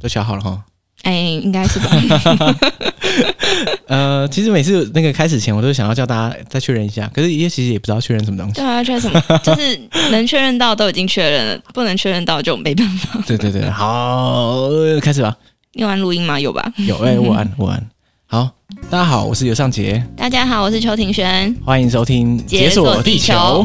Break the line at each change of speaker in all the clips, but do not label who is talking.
都想好了哈。
哎、应该是吧？
呃，其实每次那个开始前，我都想要叫大家再确认一下，可是也其实也不知道确认什么东西。
对啊，确认什么？就是能确认到都已经确认了，不能确认到就没办法。
对对对， 好，开始吧。
你有按录音吗？有吧？
有哎、我按我按。好，大家好，我是尤尚杰，
大家好，我是邱庭轩。
欢迎收听《
解锁地球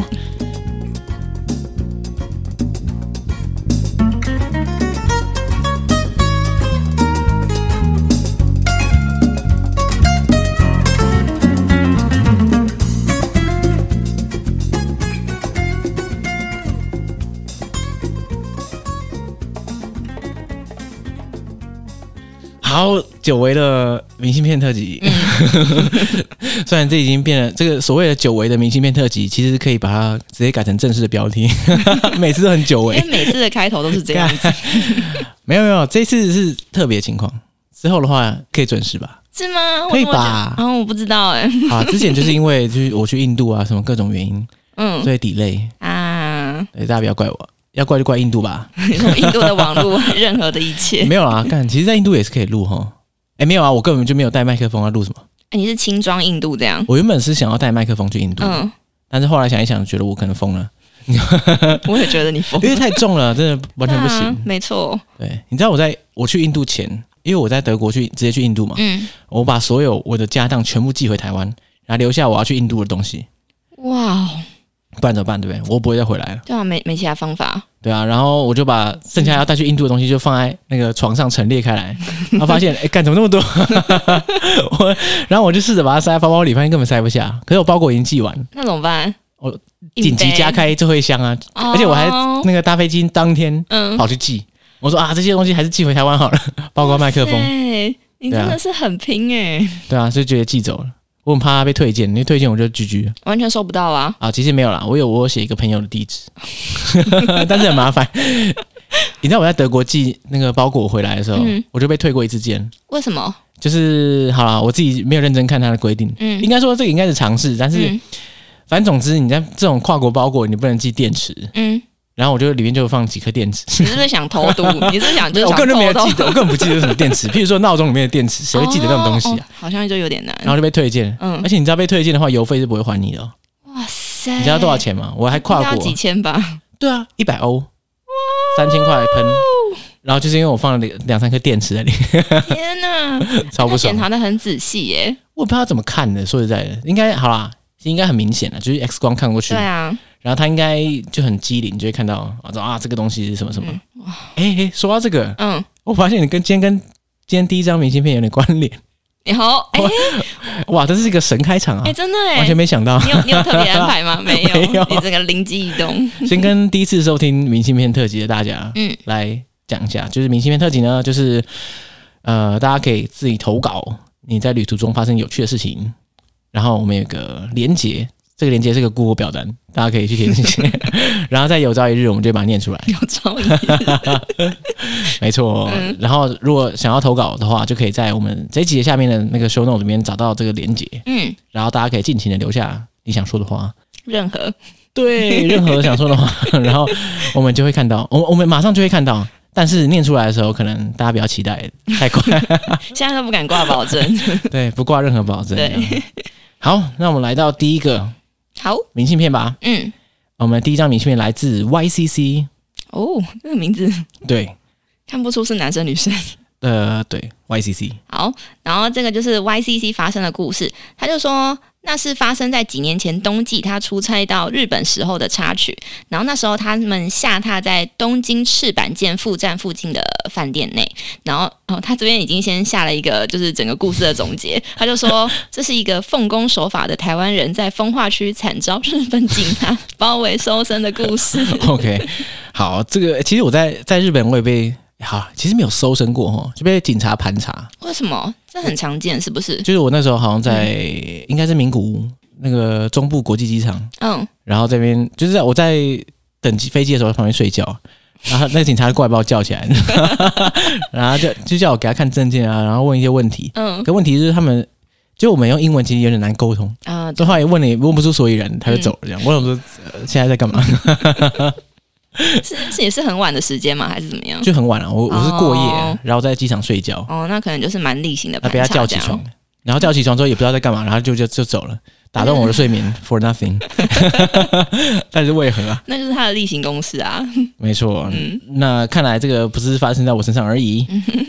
好久违的明信片特辑，虽然这已经变了这个所谓的久违的明信片特辑，其实可以把它直接改成正式的标题， 每次都很久
因
违
为。每次的开头都是这样 子，
没有没有，这次是特别情况，之后的话可以准时吧？
是吗？
可以
我怎么
吧
觉得啊，我不知道哎、
好，之前就是因为就是我去印度啊，什么各种原因，
嗯
所以 delay，
啊，
对大家不要怪我，要怪就怪印度 吧。
你说印度的网络任何的一切，
没有啊，干，其实，在印度也是可以录哈。哎、没有啊，我根本就没有带麦克风啊要录什么。
哎你是轻装印度这样？
我原本是想要带麦克风去印度，
嗯，
但是后来想一想，觉得我可能疯了，
我也觉得你疯
嗯因为太重了，真的完全不
啊
行。哦
没错，
对，你知道我在我去印度前，因为我在德国去直接去印度嘛，
嗯，
我把所有我的家当全部寄回台湾，然后留下我要去印度的东西，
哇哦，
不然怎么办？对不对？我不会再回来了。
对啊，没没其他方法，
对啊，然后我就把剩下要带去印度的东西就放在那个床上陈列开来，然后发现哎，干怎么那么多？我然后我就试着把它塞在包包里，发现根本塞不下。可是我包裹已经寄完，
那怎么办？
我哦紧
硬
急
背
加，开最后一箱啊！
哦
而且我还那个搭飞机当天
嗯，
跑去寄，我说啊，这些东西还是寄回台湾好了，包括麦克风。
对，你真
对
的是很拼哎、
对啊，所以直接寄走了。我很怕他被退件，因为退件我就 GG 了
完全收不到啊！
啊。其实没有啦，我有我有写一个朋友的地址， 但是很麻烦。你知道我在德国寄那个包裹回来的时候，
嗯
我就被退过一次件。
为什么？
就是好啦，我自己没有认真看它的规定，
嗯
应该说这个应该是尝试，但是、
嗯
反正总之你在这种跨国包裹，你不能寄电池，
嗯，
然后我就里面就放几颗电 池。
你是不是想投 毒？你是不是想就是
我
想
根本就没有
偷
记
偷
得，我根本不记得是什么电 池。譬如说闹钟里面的电池，谁会记得那种东西
哦
啊？
哦好像就有点
然
难。
后就被退件，
嗯
而且你知道被退件的话，邮费是不会还你的哦。
哇塞，
你知道
哎
多少？钱吗？我还跨国，
几千 吧？
对啊，一百欧，三千块喷。然后就是因为我放了两两三颗电池在里面，
天哪！
超不
他
爽
检。查的很仔细耶。
我不知道怎么看的，说实在的，应该好啦，应该很明显了，就是 X 光看过去
对，啊，
然后他应该就很机灵，就会看到啊，说啊这个东西是什么什么
嗯。
哎、哎、说到这个，
嗯，
我发现你跟今天跟今天第一张明信片有点关联，
然后哎
哇，这是一个神开场啊，
哎，真的
完
哎
全。没想到。
你有你 有特别安排吗？没有
没有，
你这个灵机一 动。
先跟第一次收听明信片特辑的大家，嗯
嗯，
来讲一下，就是明信片特辑呢，就是呃，大家可以自己投稿你在旅途中发生有趣的事情，然后我们有个连结，这个连结是个 Google 表单，大家可以去填写，然后在有朝一日我们就把它念出来，
有创意，
没错。
嗯
然后如果想要投稿的话，就可以在我们这一集下面的那个 show note 里面找到这个连结，
嗯，
然后大家可以尽情的留下你想说的话。
任何
对任何想说的话， 然后我们就会看到，我我们马上就会看到。但是念出来的时候，可能大家不要期待太快，
现在都不敢挂保证。
对，不挂任何保证。
对
这样好，那我们来到第一个
好，
明信片吧。
嗯，
我们第一张明信片来自 YCC，
哦，这个名字
对，
看不出是男生女生。
呃，对，YCC，
好，然后这个就是 YCC 发生的故事。他就说，那是发生在几年前冬季，他出差到日本时候的插曲。然后那时候他们下榻在东京赤坂见副站附近的饭店内。然后，哦，他这边已经先下了一个就是整个故事的总结。他就说，这是一个奉公守法的台湾人在风化区惨遭日本警察包围搜身的故事。
OK，好， 这个其实我在在日本我也被。好，其实没有搜身过哈，就被警察盘查。
为什么？这很常见，是不是？
就是我那时候好像在，应该是名古屋那个中部国际机场，
嗯，
然后这边就是在我在等机飞机的时候，在旁边睡觉，然后那个警察就过来把我叫起来， 然后就就叫我给他看证件啊，然后问一些问题。
嗯，
可问题就是他们，就我们用英文其实有点难沟通，
啊、
就后来问了也问不出所以然，他就走了这样。我想说、呃现在在干嘛？
是是也是很晚的时间吗？还是怎么样？
就很晚了、我我是过夜，
哦
然后在机场睡觉，
哦，那可能就是蛮例行的
那
盘
被他
查
叫
这
起
样。
床，然后叫起床之后也不知道在干嘛，然后就就就走了，打断我的睡眠 for nothing，但是为何啊？
那就是他的例行公事啊。
没错，
嗯
那看来这个不是发生在我身上而已。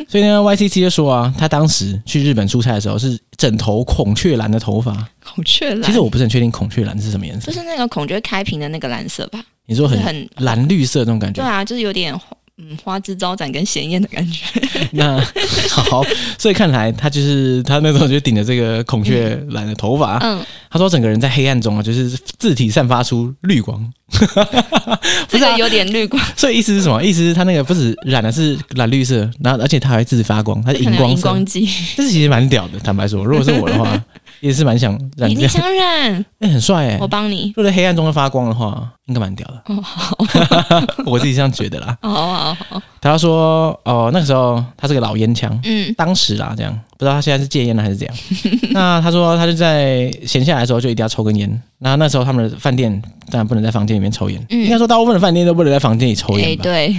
所以呢，YCC 就说啊，他当时去日本出差的时候是整头孔雀蓝的头发，
孔雀蓝，
其实我不是很确定孔雀蓝是什么颜色
就，是那个孔雀开屏的那个蓝色吧，
你说
就是
很
很
蓝绿色那种感觉
对。啊，就是有点嗯花枝招展跟鲜艳的感觉。
那 好，所以看来他就是他那时候就顶着这个孔雀蓝的头发，
嗯，
他说整个人在黑暗中啊，就是字体散发出绿光。
这个有点绿光，
所以意思啊是什么？意思是他那个不止染的是蓝绿色，然后而且它还会自发光，它是
可
荧
能有
光
荧
色，
光剂。
这是其实蛮屌的。坦白说，如果是我的 话，也是蛮想染
你
这
你
样，
想染，
哎、很帅哎、
我帮你。
如果在黑暗中发光的话，应该蛮屌 的。
哦，好，
我自己这样觉得啦。
好，好，好，
他说，哦、那个时候他是个老烟枪，
嗯
当时啦，这样不知道他现在是戒烟了还是 怎样。那他说他就在闲下来的时候就一定要抽根烟。那那时候他们的饭店当然不能在房间里面抽烟，
嗯
应该说大部分的饭店都不能在房间里抽
哎，
烟吧。
对，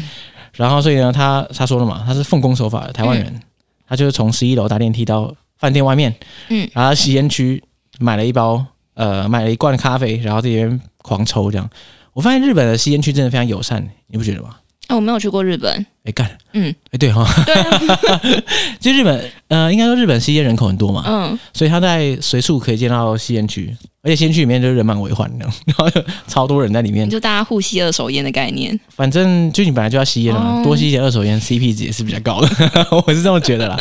然后所以呢，他他说了嘛，他是奉公守法的台湾人，他就是从十一楼搭电梯到饭店外面，
嗯
然后吸烟区买了一包呃买了一罐咖啡，然后这边狂抽这样。我发现日本的吸烟区真的非常友善，你不觉得吗？
哎我没有去过日本，
哎干，
嗯，
哎对哈、哦，
对啊，
其实日本呃应该说日本吸烟人口很多嘛，
嗯，
所以他在随处可以见到吸烟区，而且吸烟区里面就是人满为患那样， 然后就超多人在里面。
就大家互吸二手烟的概念。
反正就你本来就要吸烟了嘛，
哦
多吸一点二手烟，CP 值也是比较高的， 我是这么觉得啦。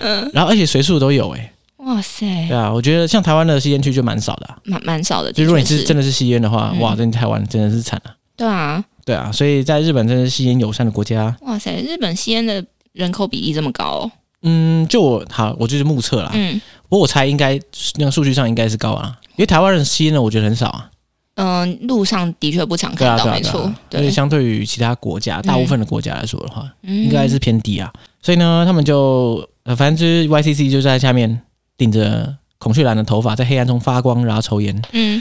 嗯
然后而且随处都有哎、
哇塞，
对啊，我觉得像台湾的吸烟区就蛮少的、啊，
蛮蛮少的。
就如果你
的确
是真的是吸烟的话，
嗯
哇，在台湾真的是惨啊。
对啊，
对啊，所以在日本真的是吸烟友善的国家。
哇塞，日本吸烟的人口比例这么高哦、
嗯，就我好，我就是目测啦。
嗯
不过我猜应该那个数据上应该是高啊，因为台湾人吸烟的我觉得很少啊。
嗯、路上的确不常
对
看
啊，
到，
对啊，
没
对
错
啊，，而且
对，嗯
相对于其他国家，大部分的国家来说的话，
应
应该是偏低啊。所以呢，他们就呃，反正就是 YCC 就在下面顶着孔雀蓝的头发，在黑暗中发光，然后抽烟。
嗯。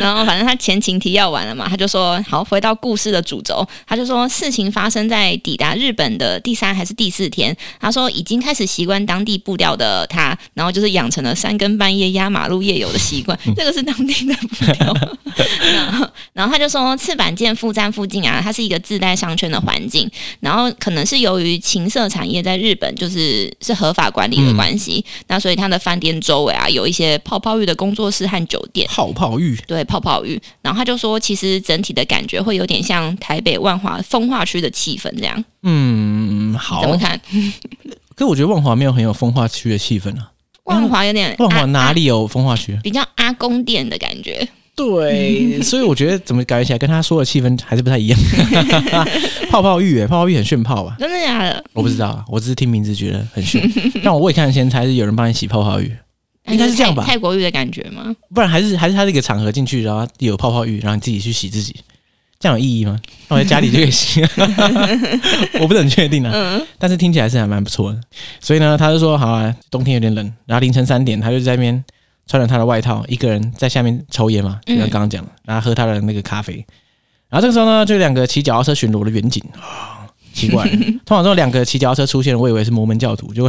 然后，反正他前情提要完了嘛，他就说好，回到故事的主轴，他就说事情发生在抵达日本的第三还是第四天，他说已经开始习惯当地步调的他，然后就是养成了三更半夜压马路夜游的习惯，这个是当地的步调。然后，然后他就说赤坂健富站附近啊，它是一个自带商圈的环境，然后可能是由于情色产业在日本就是是合法管理的关系，那所以它的饭店周围啊有一些泡泡浴的工作室和酒店。
泡泡浴，
对泡泡浴，然后他就说，其实整体的感觉会有点像台北万华风化区的气氛这样，
嗯，好
怎。么看？
可我觉得万华没有很有风化区的气氛啊。
万华有点
万华
啊
哪
啊
里有风化区？
比较阿公店的感觉，
对， 所以我觉得怎么感觉起来跟他说的气氛还是不太一样。 泡泡浴、欸，泡泡浴很炫泡吧？
真的假的？
我不知道啊，我只是听名字觉得很 炫。让我未看先猜是有人帮你洗泡泡浴，应该是这样吧
泰泰国浴的感觉吗？
不然还是还是他这个场合进去，然后有泡泡浴，然后你自己去洗自己，这样有意义吗？那我在家里就可以洗， 我不是很确定啊。但是听起来是还蛮不错的。所以呢，他就说好啊，冬天有点冷，然后凌晨三点，他就在那边穿着他的外套，一个人在下面抽烟嘛，就像刚刚讲的，然后喝他的那个咖啡。然后这个时候呢，就有两个骑脚踏车巡逻的远景啊。奇怪了，通常这种两个骑脚踏车出现，我以为是摩门教徒，就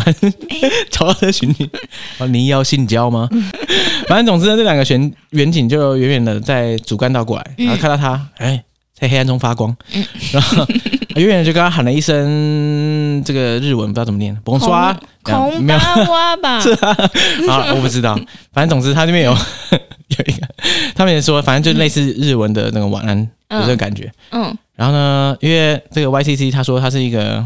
脚踏车巡警。哦你要信教吗？ 反正总之呢，这两个选远景就远远的在主干道过来，然后看到他，哎、在黑暗中发光，然后啊远远地就跟他喊了一声这个日文，不知道怎么念，甭刷，这样
空
没有，
巴 哇吧，
啊，我不知道，反正总之他那边有 有一个，他们也说，反正就类似日文的那个晚安，有这个
嗯
感觉。
嗯
然后呢，因为这个 YCC 他说他是一个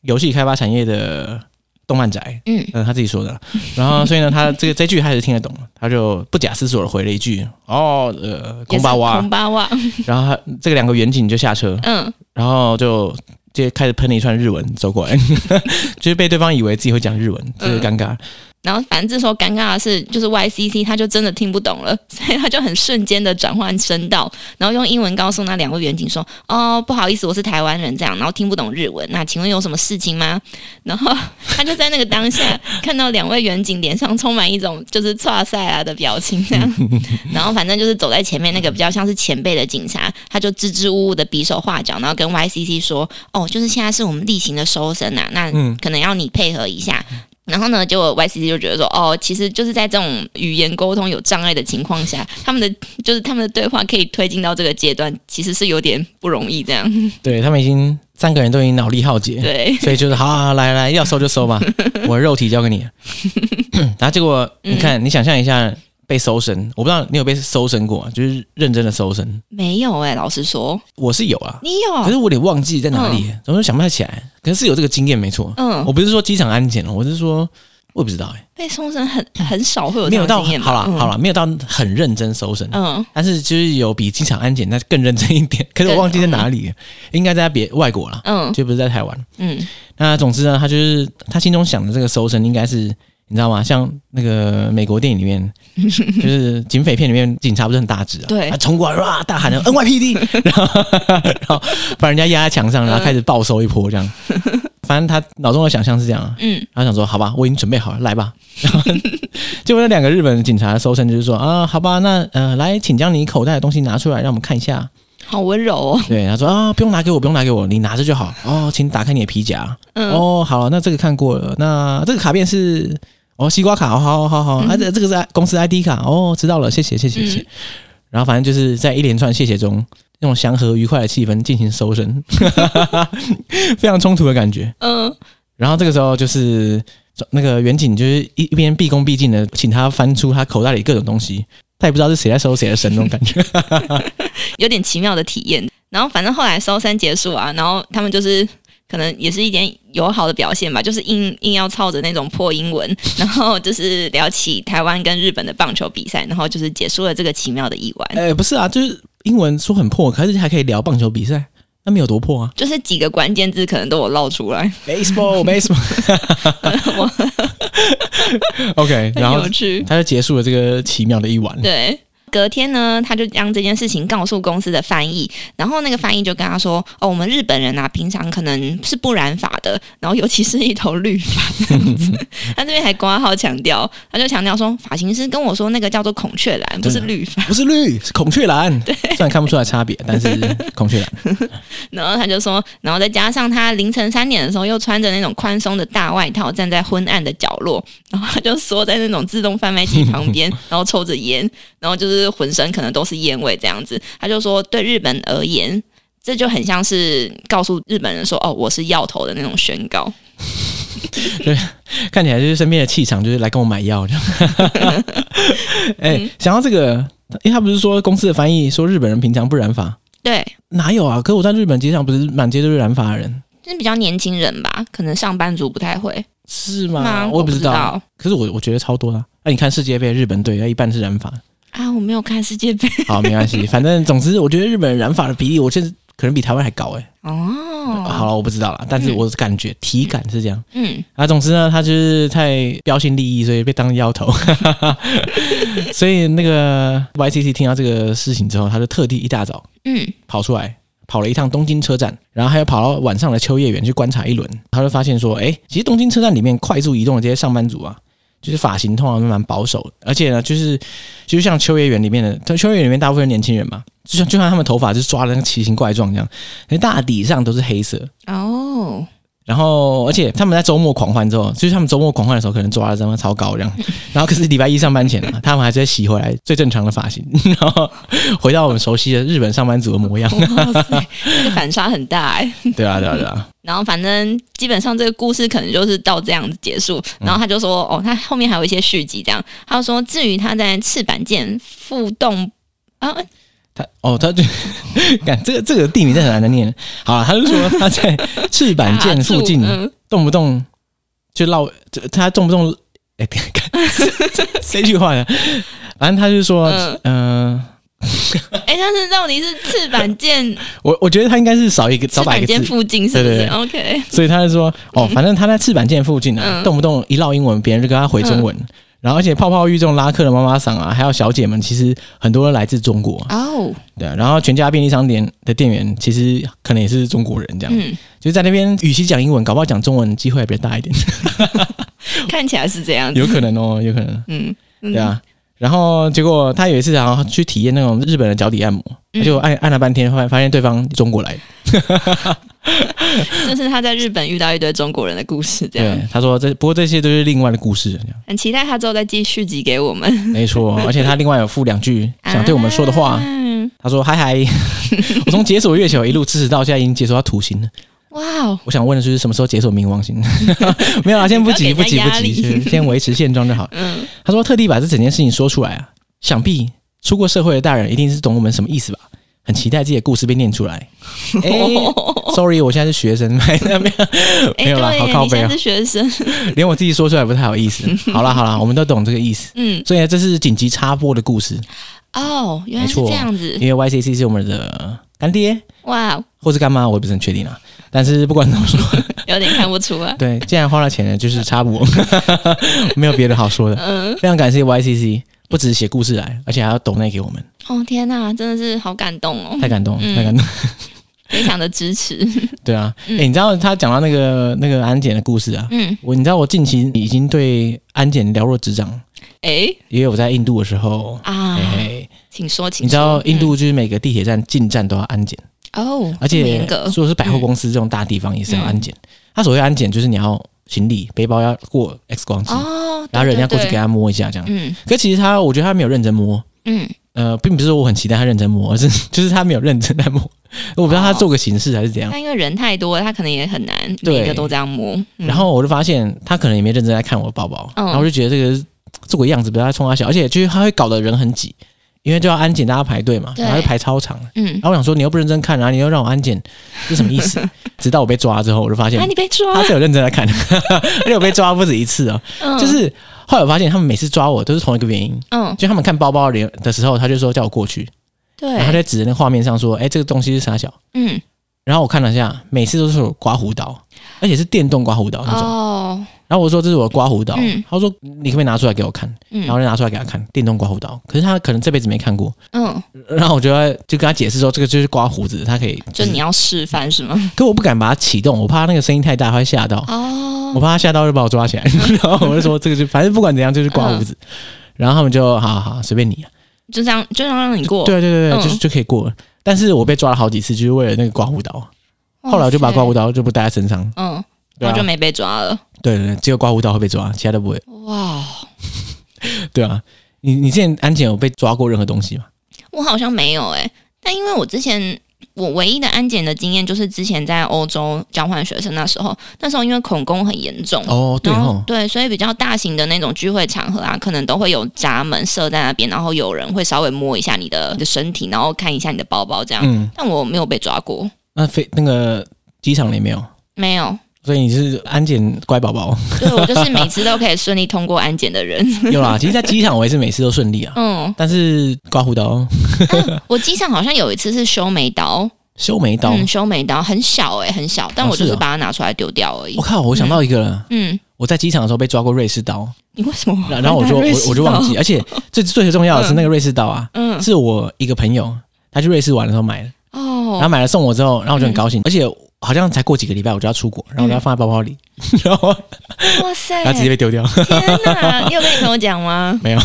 游戏开发产业的动漫宅，
嗯，
嗯，他自己说的。然后，所以呢，他这个这句他还是听得懂，他就不假思索的回了一句：“哦，呃，空巴哇
空。巴哇，”
然后他这个两个远景就下车，
嗯，
然后就
嗯
就开始喷了一串日文走过来，就是被对方以为自己会讲日文，就是尴尬。
然后反正这时候尴尬的是，就是 YCC 他就真的听不懂了， 所以他就很瞬间的转换声道，然后用英文告诉那两位远景说：“哦，不好意思，我是台湾人，这样，然后听不懂日文，那请问有什么事情吗？”然后他就在那个当 下看到两位远景脸上充满一种就是哇塞啊的表情，这 样，然后反正就是走在前面那个比较像是前辈的警察，他就支支吾吾的比手画脚，然后跟 YCC 说：“哦，就是现在是我们例行的收身啊，那
嗯
可能要你配合一下。然后呢，结果 YCC 就觉得说，哦，其实就是在这种语言沟通有障碍的情况下，他们的就是他们的对话可以推进到这个阶段，其实是有点不容易这样。
对他们已经三个人都已经脑力耗竭，
对，
所以就是好、啊，来来，要收就收吧，我肉体交给你。 然后结果你
嗯
看，你想象一下被搜身，我不知道你有被搜身过吗，啊就是认真的搜身，
没有哎、老实说，
我是有啊，
你
可
有，
是我得忘记在哪里，总是想不太起来。可是是有这个经验没错，
嗯，
我不是说机场安检哦，我是说我也不知道哎、
被松身很 很少会有
没
这
有
种
到
经验
好
吧？
啦好啦，没有到很认真搜身，
嗯，嗯，
但是就是有比机场安检那更认真一点。可是我忘记在哪里了，应该在别外国啦，
嗯
就不是在台湾。
嗯，
那总之呢，他就是他心中想的这个搜身，应该是你知道吗？像那个美国电影里面，就是警匪片里面，警察不是很大只啊，
对
他冲过来哇大喊着 NYPD，然后 然后把人家压在墙上，然后开始暴收一波这样。反正他脑中的想象是这样啊，
嗯
然后想说好吧，我已经准备好了，来吧。 然后结果那两个日本警察搜身就是说啊，好吧，那呃，来，请将你口袋的东西拿出来，让我们看一下。
好温柔哦，
对，他说啊，不用拿给我，不用拿给我，你拿着就好。哦，请打开你的皮夹。
嗯
哦，好，那这个看过了，那这个卡片是哦西瓜卡，哦、好好
嗯
好，啊这这个是公司 ID 卡，哦知道了，谢谢谢谢谢谢。然后反正就是在一连串谢谢中，那种祥和愉快的气氛进行搜身， 非常冲突的感觉。
嗯，
然后这个时候就是那个远景就是一一边毕恭毕敬的请他翻出他口袋里各种东西，他也不知道是谁在收谁的身那种感 觉。
有点奇妙的体验。然后反正后来收山结束啊，然后他们就是可能也是一点友好的表现吧，就是硬硬要操着那种破英文， 然后就是聊起台湾跟日本的棒球比赛，然后就是结束了这个奇妙的意外。
哎、不是啊，就是英文说很破，可是还可以聊棒球比赛，那没有多破 啊。
就是几个关键字可能都有唠出来，
Baseball，baseball，OK，
我很
然后
有趣。
他就结束了这个奇妙的一晚。
对，隔天呢，他就将这件事情告诉公司的翻译，然后那个翻译就跟他说：“哦，我们日本人啊，平常可能是不染发的，然后尤其是一头绿发这样子。”他这边还挂号强调，他就强调说，发型师跟我说那个叫做孔雀蓝，不是绿发。
不是绿，是孔雀蓝。虽然看不出来差别，但是孔雀蓝。
然后他就说，然后再加上他凌晨三点的时候又穿着那种宽松的大外套，站在昏暗的角落，然后他就缩在那种自动贩卖机旁 边，然后抽着烟，然后就是浑身可能都是烟味这样子。他就说，对日本而言，这就很像是告诉日本人说，哦，我是药头的那种宣告。
看起来就是身边的气场，就是来跟我买药这样。哎、
嗯
想到这个，因为他不是说公司的翻译说日本人平常不染发，
对，
哪有啊？可我在日本街上不是满街都是染发的人，
就是比较年轻人吧，可能上班族不太会。
是吗？
吗
我也不
我不知道
可是我我觉得超多啊。那、你看世界杯，日本队要哎一半是染发，
啊，我没有看世界杯
好，没关系，反正总之，我觉得日本人染发的比例，我现在可能比台湾还高哎、
哦。
好了，我不知道了，但是我感觉、体感是这样。
嗯，
啊，总之呢，他就是太标新立异，所以被当妖头。 所以那个 YCC 听到这个事情之后，他就特地一大早
嗯
跑出来，跑了一趟东京车站，然后还有跑到晚上的秋叶原去观察一轮。他就发现说，哎、其实东京车站里面快速移动的这些上班族啊，就是发型通常都蛮保守的，而且呢，就是就像秋叶原里面的，它秋叶原里面大部分是年轻人嘛，就像就像他们头发就是抓的那个奇形怪状这样，那大抵上都是黑色，
哦，
然后，而且他们在周末狂欢之后，就是他们周末狂欢的时候，可能抓了这么超高这 样，然后可是礼拜一上班前啊，他们还是在洗回来最正常的发型，然后回到我们熟悉的日本上班族的模 样。
哇塞，这个反差很大哎、
对啊，对啊，对啊，
然后反正基本上这个故事可能就是到这样子结束。
嗯
然后他就说，哦，他后面还有一些续集这样。他就说，至于他在赤坂见富动啊，
他哦，他就看这个这个地名真的很难念。好了，他就说他在赤坂
打
见
住
附近，
嗯
动不动就绕，就他动 不动哎，看这这这句话呢，反正他就说，
嗯
嗯、呃，
哎，但是到底是赤坂舰
我我觉得他应该是少一个
赤
少打一
坂
个
舰
字，
附近是不
对对
是
对
？OK，
所以他就说哦，反正他在赤坂舰附近啊，
嗯
动不动一唠英文，别人就跟他回中文。然后，而且泡泡浴这种拉客的妈妈桑啊，还有小姐们，其实很多人来自中国，
哦，
对啊、然后全家便利商店的店员其实可能也是中国人，这样，
嗯，
就是在那边，与其讲英文，搞不好讲中文机会还比较大 一点，
看起来是这样子，
有可能哦，有可能，
嗯，嗯
对，啊。然后结果他有一次然后去体验那种日本的脚底按摩，
嗯
他就按按了半天，发发现对方中国来的，
就是他在日本遇到一堆中国人的故事，这样，
对，他说这不过这些都是另外的故事，这样
很期待他之后再寄续集给我们，
没错。而且他另外有附两句
啊
想对我们说的话，
嗯，
他说嗨嗨， 我从解锁月球一路支持到现在已经解锁到土星了。
哇哦，
我想问的就是什么时候解锁冥 王星？ 没有啦，先不急，
你
不
不要给
急，
人
不
家
急，
压力
先先维持现状就好。
嗯，
他说特地把这整件事情说出来啊，想必出过社会的大人一定是懂我们什么意思吧？很期待自己的故事被念出 来。哎、s
哦
o r r y 我现在是学生， 没有没有
哎，
没有啦
对
好
耶，
靠
你现
背
在
哦
是学 生，
连我自己说出来不太好意思。好啦好啦，我们都懂这个意思。
嗯，
所以呢这是紧急插播的故事，
哦，原来是
没错
这样子，
因为 YCC 是我们的干爹
哇哦，
或是干妈，我也不是很确定啊。但是不管怎么 说，
有点看不出啊，
对，既然花了钱了，就是插播， 没有别的好说的。
嗯，
非常感谢 YCC，不只写故事来，而且还要抖内给我们，
哦天哪，真的是好感动哦，
太感动，
嗯
太感动。
非常的支持，
对啊，哎、你知道他讲到那个那个安检的故事啊，
嗯，
我你知道我近期已经对安检了若指掌，
哎
也有在印度的时候，
啊
哎、，嘿
请说，请
你知道
说
印度就是每个地铁站进站都要安检，
嗯哦，
而
这么
且
严格嗯
如果是百货公司这种大地方也是要安检。他所谓安检就是你要行李、背包要过 X 光机，
哦，
然后人家过去给
他，
他摸一下这样。
嗯
可其实他，我觉得他没有认真摸，
嗯，
呃，并不是说我很期待他认真摸，而 是就是他没有认真在摸， 我不知道他做个形式还是怎样。
但因为人太多，他可能也很难
对
每一个都这样摸，嗯
然后我就发现他可能也没认真在看我的包包，
嗯
然后我就觉得这个做个样子不要冲他笑，而且就是他会搞得人很挤，因为就要安检，大家排队嘛，
对
然后就排超长。
嗯
然，后我想说你又不认真看，然啊后你又让我安检， 是什么意思？直到我被抓之后，我就发现
啊，你被抓
他，是有认真在看， 而且我被抓不止一次哦。
嗯
就是后来我发现他们每次抓我都是同一个原因，
嗯，
就他们看包包的的时候，他就说叫我过去，然后他
对，
就指着那画面上说：“哎、这个东西是啥小？”
嗯，
然后我看了一下，每次都是我刮胡刀，而且是电动刮胡刀那种。
哦，
然后我说这是我的刮胡刀，
嗯
他说你可不可以拿出来给我看？
嗯
然后就拿出来给他看，电动刮胡刀。可是他可能这辈子没看过，
嗯，
然后我就要就跟他解释说这个就是刮胡子，他可以
就你，要示范是 吗？
可我不敢把它启动，我怕那个声音太大，他会吓到，
哦
我，怕他吓到就把我抓起来。 然后我就说这个就反正不管怎样就是刮胡子。
嗯
然后他们就好好随便你啊，
就这样，就让让你过，
对对对对，
嗯
就是就可以过了。但是我被抓了好几次，就是为了那个刮胡刀。
哦哇塞
后来我就把刮胡，刀就不带在身上，
嗯，
对
然
啊
后就没被抓了，
对对对，只有刮胡刀会被抓，其他都不会。
哇，
对啊，你你之前安检有被抓过任何东西吗？
我好像没有哎，但因为我之前。我唯一的安检的经验就是之前在欧洲交换学生那时候，那时候因为恐攻很严重，
哦，对
然后
哦，
对，所以比较大型的那种聚会场合啊，可能都会有闸门设在那边，然后有人会稍微摸一下你的你的身体，然后看一下你的包包这样。
嗯，
但我没有被抓过，
那飞那个机场里没有，
没 有，
所以你是安检乖宝宝。
对我就是每次都可以顺利通过安检的人。
有啦，其实，在机场我也是每次都顺利啊，
嗯，
但是刮胡刀、
我机上好像有一次是修眉刀，
修眉刀，我、
嗯，修眉刀很小诶、很小，但
哦
我就是是
哦
把它拿出来丢掉而已。
靠，我想到一个了。
嗯，
我在机场的时候被抓过瑞士刀，
你为什么会拿
然
哦瑞士刀？
然后我就我我就忘记，而且最最重要的是那个瑞士刀啊，
嗯，
是我一个朋友他去瑞士玩的时候买的，然后
哦，
买了送我之后，然后我就很高兴，而且好像才过几个礼拜我就要出国，然后我就要放在包包里，然后
哇塞，
然后直接被丢掉。
天哪！你有跟你朋友 讲吗？
没有，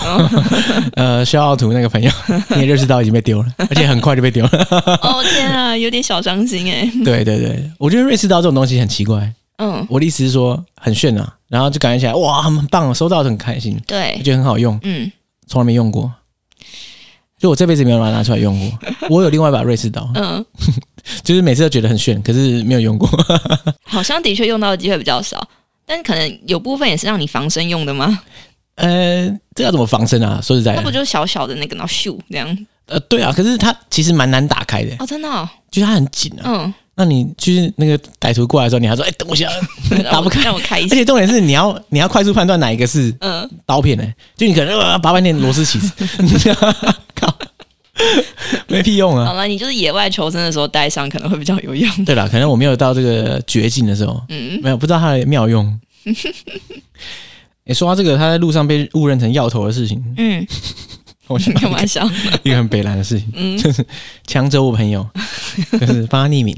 呃，肖奥图那个朋友你也认识到已经被丢了，而且很快就被丢了。
哦天啊，有点小伤心诶、
对对对，我觉得瑞士刀这种东西很奇怪。
嗯，
我的意思是说很炫啊，然后就感觉起来哇，很棒，收到很开心，我
对，
觉得很好用，
嗯，
从来没用过。就我这辈子没有把它拿出来用过。我有另外一把瑞士刀，
嗯，
就是每次都觉得很炫，可是没有用过。
好像的确用到的机会比较少，但可能有部分也是让你防身用的吗？
呃，这要怎么防身啊？说实在
它不
的，
就小小的那个，然后咻这样？
呃，对啊，可是它其实蛮难打开的，
哦，真的、哦，
就是它很紧哎啊。
嗯，
那你就是那个歹徒过来的时候，你还说：“哎、等我一下。” 打不开
嗯 让我让我开一
而
下。
且重点是你要你要快速判断哪一个是
嗯，
刀片呢、就你可能呃拔半天螺丝起子，靠，没屁用啊
好。了，你就是野外求生的时候带上可能会比较有用。
对啦，可能我没有到这个绝境的时候，
嗯，
没有不知道它的妙用。 诶说到这个，他在路上被误认成药头的事情，
嗯，
我想到
开玩笑，
一个很北蓝的事情，
嗯
就是强者我朋 友，就是帮他匿名。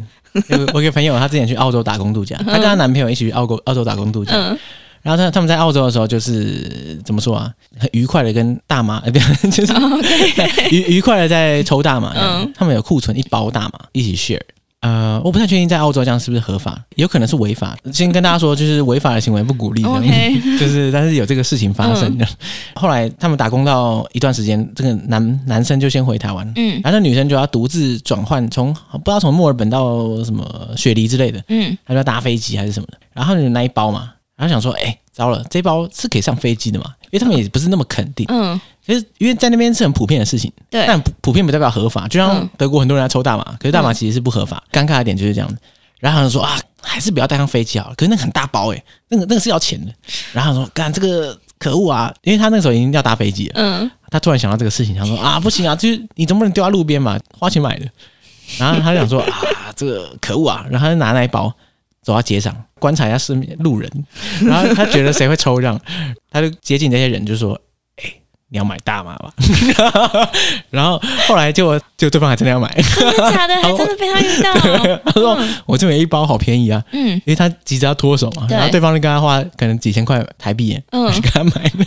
有我有个朋友，他之前去澳洲打工度假，她跟她男朋友一起去澳国澳洲打工度假，
嗯，
然后他他们在澳洲的时候，就是怎么说啊，很愉快的跟大麻，呃，不是， 就是 愉愉快的在抽大麻。
哦嗯
他们有库存一包大麻一起 share。呃，我不太确定在澳洲这样是不是合法，有可能是违法。先跟大家说，就是违法的行为不鼓励。这样
OK
就是但是有这个事情发生。后来他们打工到一段时间，这个男男生就先回台湾，
嗯
然后那女生就要独自转换，从呃不知道从墨尔本到什么雪梨之类的，
嗯，
他就要搭飞机还是什么的，然后就拿一包嘛，然后想说，哎、糟了，这包是可以上飞机的嘛？因为他们也不是那么肯定，
嗯，
其实因为在那边是很普遍的事情，
对
但普普遍不代表合法，就像
嗯
德国很多人在抽大麻，可是大麻其实是不合法，尴尬的点就是这样子。然后他就说啊，还是不要带上飞机好了，可是那个很大包诶、欸那个那个是要钱的。然后他说，干这个可恶啊，因为他那个时候已经要搭飞机了，
嗯，
他突然想到这个事情，他说啊，不行啊，就是你总不能丢在路边嘛，花钱买的。然后他就想说 啊，这个可恶啊，然后他就拿那一包走到街上观察一下身边路人，然后他觉得谁会抽这样， 他就接近这些人就说，哎、你要买大麻吧？ 然后后来结果就对方还真的要买，
真的假的？还真的被他遇到？
他说我这边一包好便宜啊，
嗯
因为他急着要脱手嘛，
对
然后对方就跟他花可能几千块台币耶，
嗯，
就跟他买了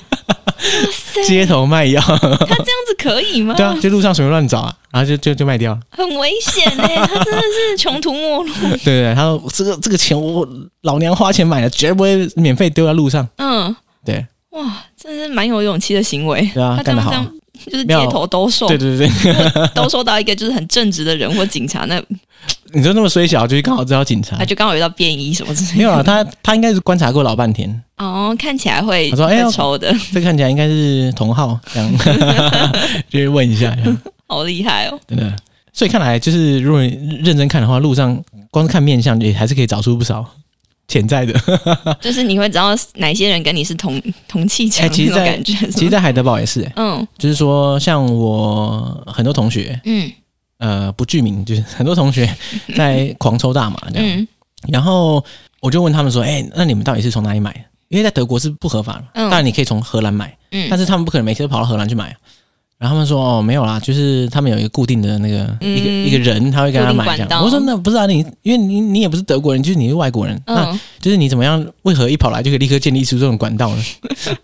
塞
街头卖药，
他这样子可以吗？
对啊，就路上随便乱找啊，然后就就就卖掉了。
很危险哎、他真的是穷途末路。
对对，他说这个这个钱我老娘花钱买的，绝不会免费丢在路上。
嗯，
对，
哇，真是蛮有勇气的行为。
对啊
他这
干
样
得好啊
这样就是街头兜售，
对 对对，对
兜售到一个就是很正直的人或警察那，
啊你说那么衰小，就是刚好知道警察
他。就刚好遇到便衣什么之类的。
没有啊，他他应该是观察过老半天，
哦，看起来会
他说哎呦
会抽的，
这看起来应该是同号，这样 就是问一下，这样
好厉害哦。
真的。所以看来就是，如果你认真看的话，路上光是看面相也还是可以找出不少潜在 的。
就是你会知道哪些人跟你是同同气
啊哎
场
其
那
实
种
在
感觉。
其实，在海德堡也是、欸，
嗯
就是说，像我很多同学，
嗯
呃，不具名，就是很多同学在狂抽大麻这样。
嗯
然后我就问他们说：“哎、那你们到底是从哪里买的？因为在德国是不合法的嘛，
嗯
当然你可以从荷兰买，但
嗯
是他们不可能每次都跑到荷兰去买啊。”然后他们说：“哦，没有啦，就是他们有一个固定的那个、
嗯
一个一个人，他会跟他
固定
买
管
这样。”
道
我说：“那不是啊，你因为你你也不是德国人，就是你是外国人，那
嗯，
就是你怎么样？为何一跑来就可以立刻建立出这种管道 呢？”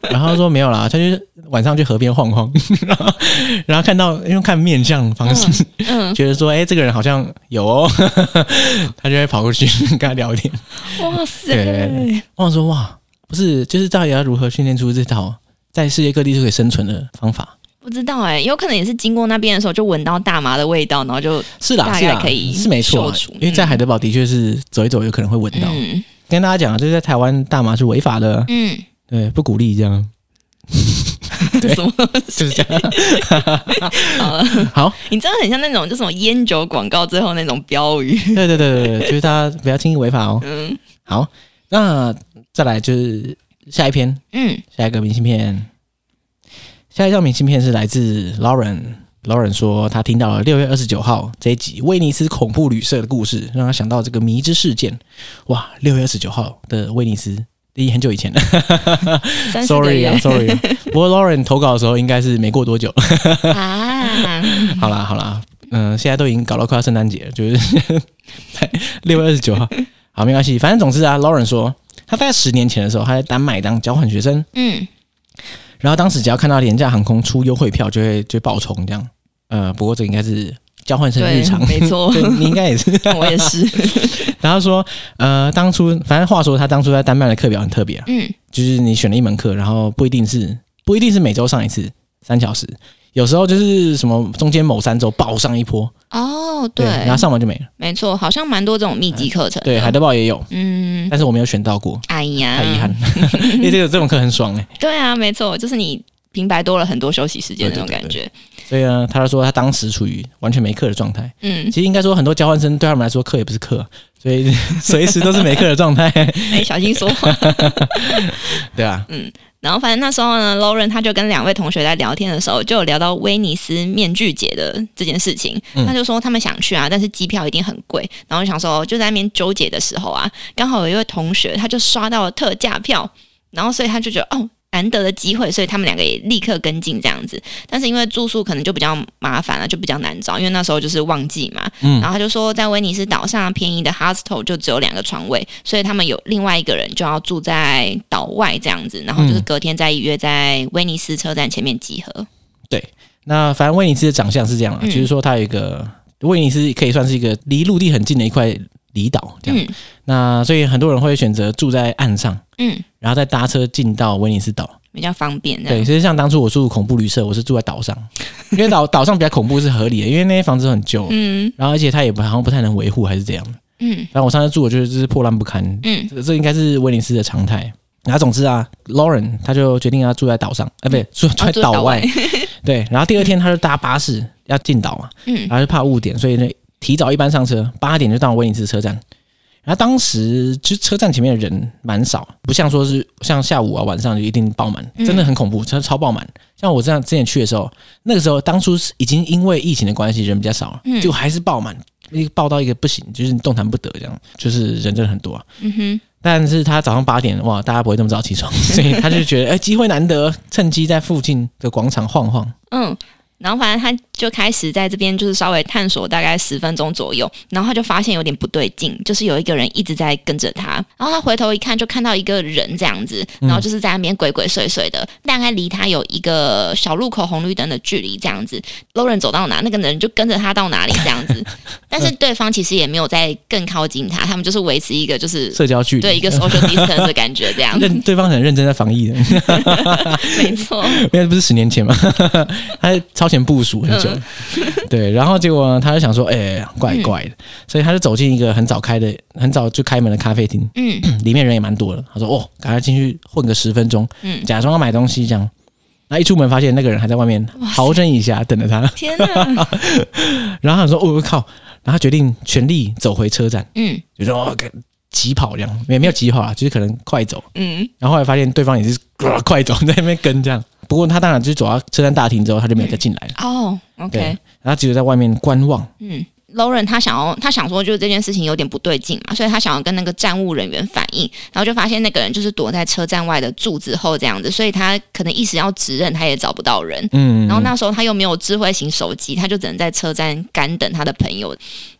然后他说：“没有啦，他就是晚上去河边晃 晃，然后然后看到因为看面相方式，
嗯，
觉得说，哎、这个人好像有哦， 他就会跑过去跟他聊天。
哇塞，
对对对我想说，哇，不是，就是到底要如何训练出这套在世界各地都可以生存的方法？
不知道哎、有可能也是经过那边的时候就闻到大麻的味道，然后就是
啦，
大
是
概
啦，
可以
是没错啊、
嗅出
因为在海德堡的确是走一走有可能会闻到。
嗯
跟大家讲啊，就是在台湾大麻是违法的，
嗯，
对，不鼓励这样，对
什么东 西
就是这样。
好了？
好，
你真的很像那种就什么烟酒广告最后那种标语，
对对对对对，就是大家不要轻易违法哦。
嗯
好，那再来就是下一篇，
嗯
下一个明信片，下一张明信片是来自 Lauren。Lauren 说，他听到了六月二十九号这一集威尼斯恐怖旅社的故事，让他想到这个迷之事件。哇，六月二十九号的威尼斯，第一很久以前了
三四个
，sorry
月
啊，sorry 啊。不过 Lauren 投稿的时候应该是没过多久。
啊，
好啦，好啦，嗯、现在都已经搞到快要圣诞节了，就是 在六月二十九号。好，没关系，反正总之啊，Lauren 说，他大概十年前的时候，他在丹麦当交换学生，
嗯
然后当时只要看到廉价航空出优惠票，就会就会爆冲这样。呃，不过这应该是交换生日
对
常，，
没 错，
对你应该也是。
我也是，
然后说，呃，当初反正话说，他当初在丹麦的课表很特别啊，
嗯
就是你选了一门课，然后不一定是不一定是每周上一次三小时，有时候就是什么中间某三周爆上一波，
哦
对，然后上完就没了。
没错，好像蛮多这种密集课程的，
对，海嗯德堡也有，
嗯，
但是我没有选到过，
哎呀，
太遗憾。 了，因为这个这种课很爽哎、
对啊，没错，就是你平白多了很多休息时间那种感觉。
所以呢，他就说他当时处于完全没课的状态。
嗯，
其实应该说，很多交换生对他们来说课也不是课，所以 随时都是没课的状态。
哎，小心说话。
对啊，
然后反正那时候呢，Lauren 他就跟两位同学在聊天的时候，就有聊到威尼斯面具节的这件事情。
嗯
他就说他们想去啊，但是机票一定很贵。然后想说就在那边纠结的时候啊，刚好有一位同学他就刷到了特价票，然后所以他就觉得哦。难得的机会，所以他们两个也立刻跟进这样子。但是因为住宿可能就比较麻烦了，啊就比较难找，因为那时候就是旺季嘛。
嗯
然后他就说，在威尼斯岛上便宜的 hostel 就只有两个床位，所以他们有另外一个人就要住在岛外这样子，然后
嗯
就是隔天再约在威尼斯车站前面集合。
那反正威尼斯的长相是这样啊，
嗯
就是说它有一个威尼斯可以算是一个离陆地很近的一块离岛这样。
嗯
那所以很多人会选择住在岸上，
嗯，
然后再搭车进到威尼斯岛。
比较方便这
对，
样。
其实像当初我住恐怖旅社，我是住在岛上， 因为岛岛上比较恐怖是合理的，因为那些房子都很旧，
嗯
然后而且它也不好像不太能维护，还是这样。
嗯
反正我上次住，我觉得就是破烂不堪，
嗯
这这应该是威尼斯的常态。然后总之啊，Lauren 他就决定要住在岛上，啊、不对，住住在
哦住在
岛
岛
外
外。
对，然后第二天他就搭巴士要进岛嘛，
嗯
然后就怕误点，所以呢提早一班上车，八点就到威尼斯车站。然后当时就车站前面的人蛮少，不像说是像下午啊晚上就一定爆满，
嗯
真的很恐怖，真的超爆满。像我这样之前去的时候，那个时候当初是已经因为疫情的关系人比较少了，
嗯
就还是爆满，一个爆到一个不行，就是你动弹不得这样，就是人真的很多、啊。
嗯哼
但是他早上八点，哇，大家不会这么早起床， 所以他就觉得，哎、机会难得，趁机在附近的广场晃晃。
嗯。然后反正他就开始在这边就是稍微探索大概十分钟左右，然后他就发现有点不对劲，就是有一个人一直在跟着他，然后他回头一看就看到一个人这样子，然后就是在那边鬼鬼祟祟的，大概离他有一个小路口红绿灯的距离这样子。Lauren 走到哪，那个人就跟着他到哪里这样 子，但是对方其实也没有再更靠近他，他们就是维持一个 就是
社交距离，
对一个 social distance 的感觉这 样，
认对方很认真在防 疫的，
没错，
因为不是十年前嘛， 他超前部署很久，
嗯
对，然后结果呢他就想说，哎、怪怪的，所以他就走进一个很早开的、很早就开门的咖啡厅，
嗯
里面人也蛮多的。他说，哦，赶快进去混个十分钟，
嗯，
假装要买东西这样。那一出门发现那个人还在外面豪整一下等着他，
天哪，
然后他说，哦我靠，然后他决定全力走回车站。
嗯
就说哦，赶急跑这样，没没有急跑啊，就是可能快走。
嗯
然后后来发现对方也是、呃快走 在那边跟这样，不过他当然就是走到车站大厅之后，他就没有再进来了。
哦
对
，OK，
然后只有在外面观望。
嗯。Lauren 他想要，他想说，就是这件事情有点不对劲嘛，所以他想要跟那个站务人员反映，然后就发现那个人就是躲在车站外的柱子后这样子，所以他可能一时要指认，他也找不到人，
嗯，
然后那时候他又没有智慧型手机，他就只能在车站干等他的朋友。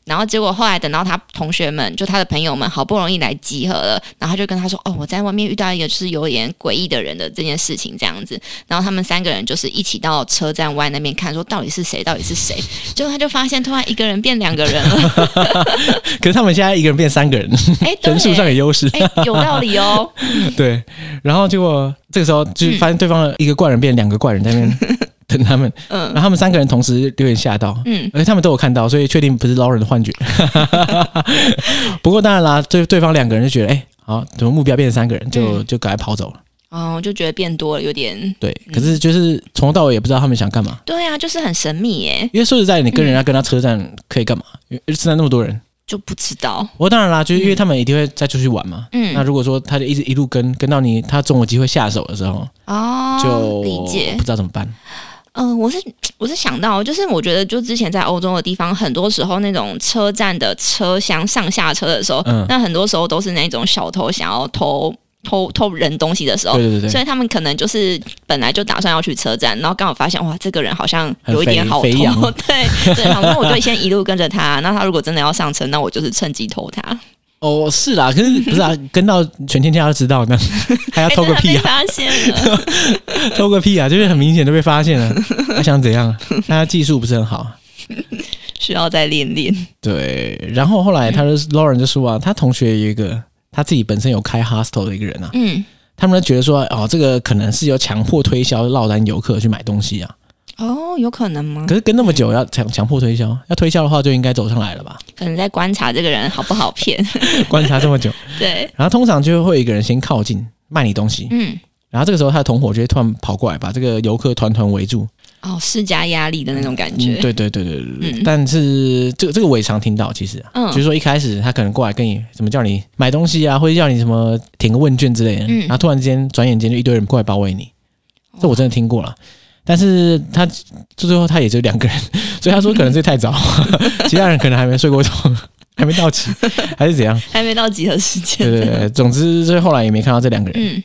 然后结果后来等到他同学们，就他的朋友们好不容易来集合了，然后他就跟他说：“哦，我在外面遇到一个就是有点诡异的人的这件事情这样子。”然后他们三个人就是一起到车站外那边看，说到底是谁，到底是谁。结果他就发现突然一个人变两个人 了，
可是他们现在一个人变三个人，
哎，对
人数上有优 势。
哎有道 理哦，
对，然后结果这个时候就是
嗯
发现对方的一个怪人变两个怪人在那边 等他们，然
嗯
后他们三个人同时有点吓到，
嗯
而且他们都有看到，所以确定不是 Lauren 的幻觉。 不过当然啦，对对方两个人就觉得，哎、好，怎么目标变成三个人，
嗯
就就赶快跑走了。
哦，就觉得变多了，有点
对，可是就是从头到尾也不知道他们想干嘛。
对啊，就是很神秘耶，
因为说实在，你跟人
嗯
家跟他车站可以干嘛？因为车站那么多人，
就不知道，
不过当然啦，就是因为他们一定会再出去玩嘛。
嗯
那如果说他就一直一路跟跟到你他中了机会下手的时候，
哦，
就
理解
不，知道怎么办。
嗯、我是我是想到，就是我觉得，就之前在欧洲的地方，很多时候那种车站的车厢上下车的时候，
嗯
那很多时候都是那种小偷想要偷偷偷人东西的时候
对。对对
哦所
对，
以他们可能就是本来就打算要去车站，然后刚好发现哇，这个人好像有一点
很
好
肥
偷
肥羊，
对对，好，那我就先一路跟着他。那他如果真的要上车，那我就是趁机偷他。
哦是啦，可是不是啊？跟到全天下都知道呢， 还要
哎
偷个
但他
屁
被
啊！
发现了，
偷个屁啊！就是很明显都被发 现了，他想怎样？啊他技术不是很好。啊
需要再练练。
对，然后后来他就 Lauren 就说啊，他同学有一个他自己本身有开 hostel 的一个人啊，
嗯，
他们就觉得说，哦，这个可能是有强迫推销落单游客去买东西啊。
哦，有可能吗
可？是跟那么久要强强迫推销，要推销的话就应该走上来了吧？
可能在观察这个人好不好骗。
观察这么久，
对，
然后通常就会有一个人先靠近卖你东西，
嗯。
然后这个时候他的同伙就会突然跑过来，把这个游客团团围住，
哦，施加压力的那种感
嗯，
觉。
对对对对对对。
嗯
但是这个这个我也常听到，其实、啊，
嗯
就是说一开始他可能过来跟你什么叫你买东西啊，或者叫你什么填个问卷之类的，
嗯
然后突然间转眼间就一堆人过来包围你，这我真的听过了。但是他最后他也就两个人，所以他说可能这太早， 其他人可能还没睡过头，还没到齐，还是怎 样？
还没到集合时间。
对对对，总之最后来也没看到这两个人。
嗯，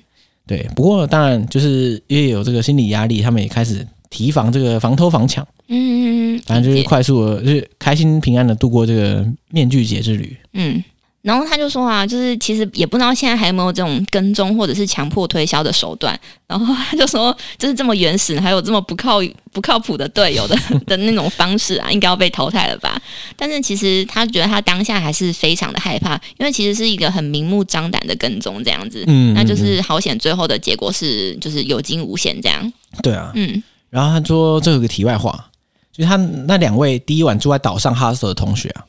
对，不过当然就是因为有这个心理压力，他们也开始提防这个防偷防抢。
嗯嗯嗯，
反正就
理
是
解
快速的，就是开心平安的度过这个面具节之旅。
嗯。然后他就说啊，就是其实也不知道现在还有没有这种跟踪或者是强迫推销的手段。然后他就说，就是这么原始，还有这么不靠不靠谱的队友的 的那种方式啊，应该要被淘汰了吧？但是其实他觉得他当下还是非常的害怕，因为其实是一个很明目张胆的跟踪这样子。
嗯
那就
嗯
是好险，最后的结果是就是有惊无险这样。
嗯对啊。
嗯
然后他说这有个题外话，就是他那两位第一晚住在岛上哈斯的同学啊。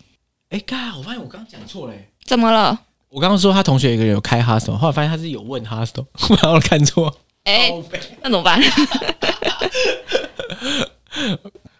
哎，刚我发现我刚刚讲错了。诶
怎么了？
我刚刚说他同学有一个人有开哈斯，后来发现他是有问哈斯， 我把我看错。
哎、
靠北
那怎 么办？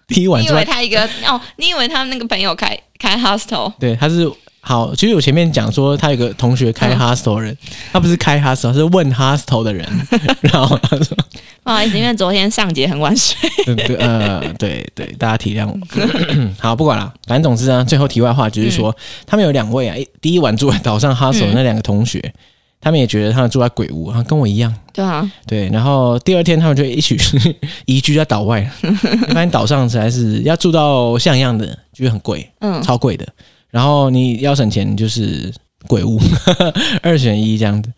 第一晚
你以
住
为
在
他一个哦？你以为他那个朋友开开 hostel？
对他是好，其实我前面讲说他有个同学开
嗯
哈斯的人，他不是开哈斯，他是问哈斯的人。 然后他说，
不好意啊思，因为昨天上节很晚 睡。
对对呃，对对，大家体谅我。 好，不管了，反正总之呢，最后题外话就是说，他们有两位啊，一第一晚住在岛上哈手的那两个同学，他们也觉得他们住在鬼屋，啊，跟我一样。
对啊，
对，然后第二天他们就一起 移居在岛外了，发现岛上实在是要住到像样的，就是很贵，
嗯，
超贵的。然后你要省钱就是鬼屋，二选一这样子。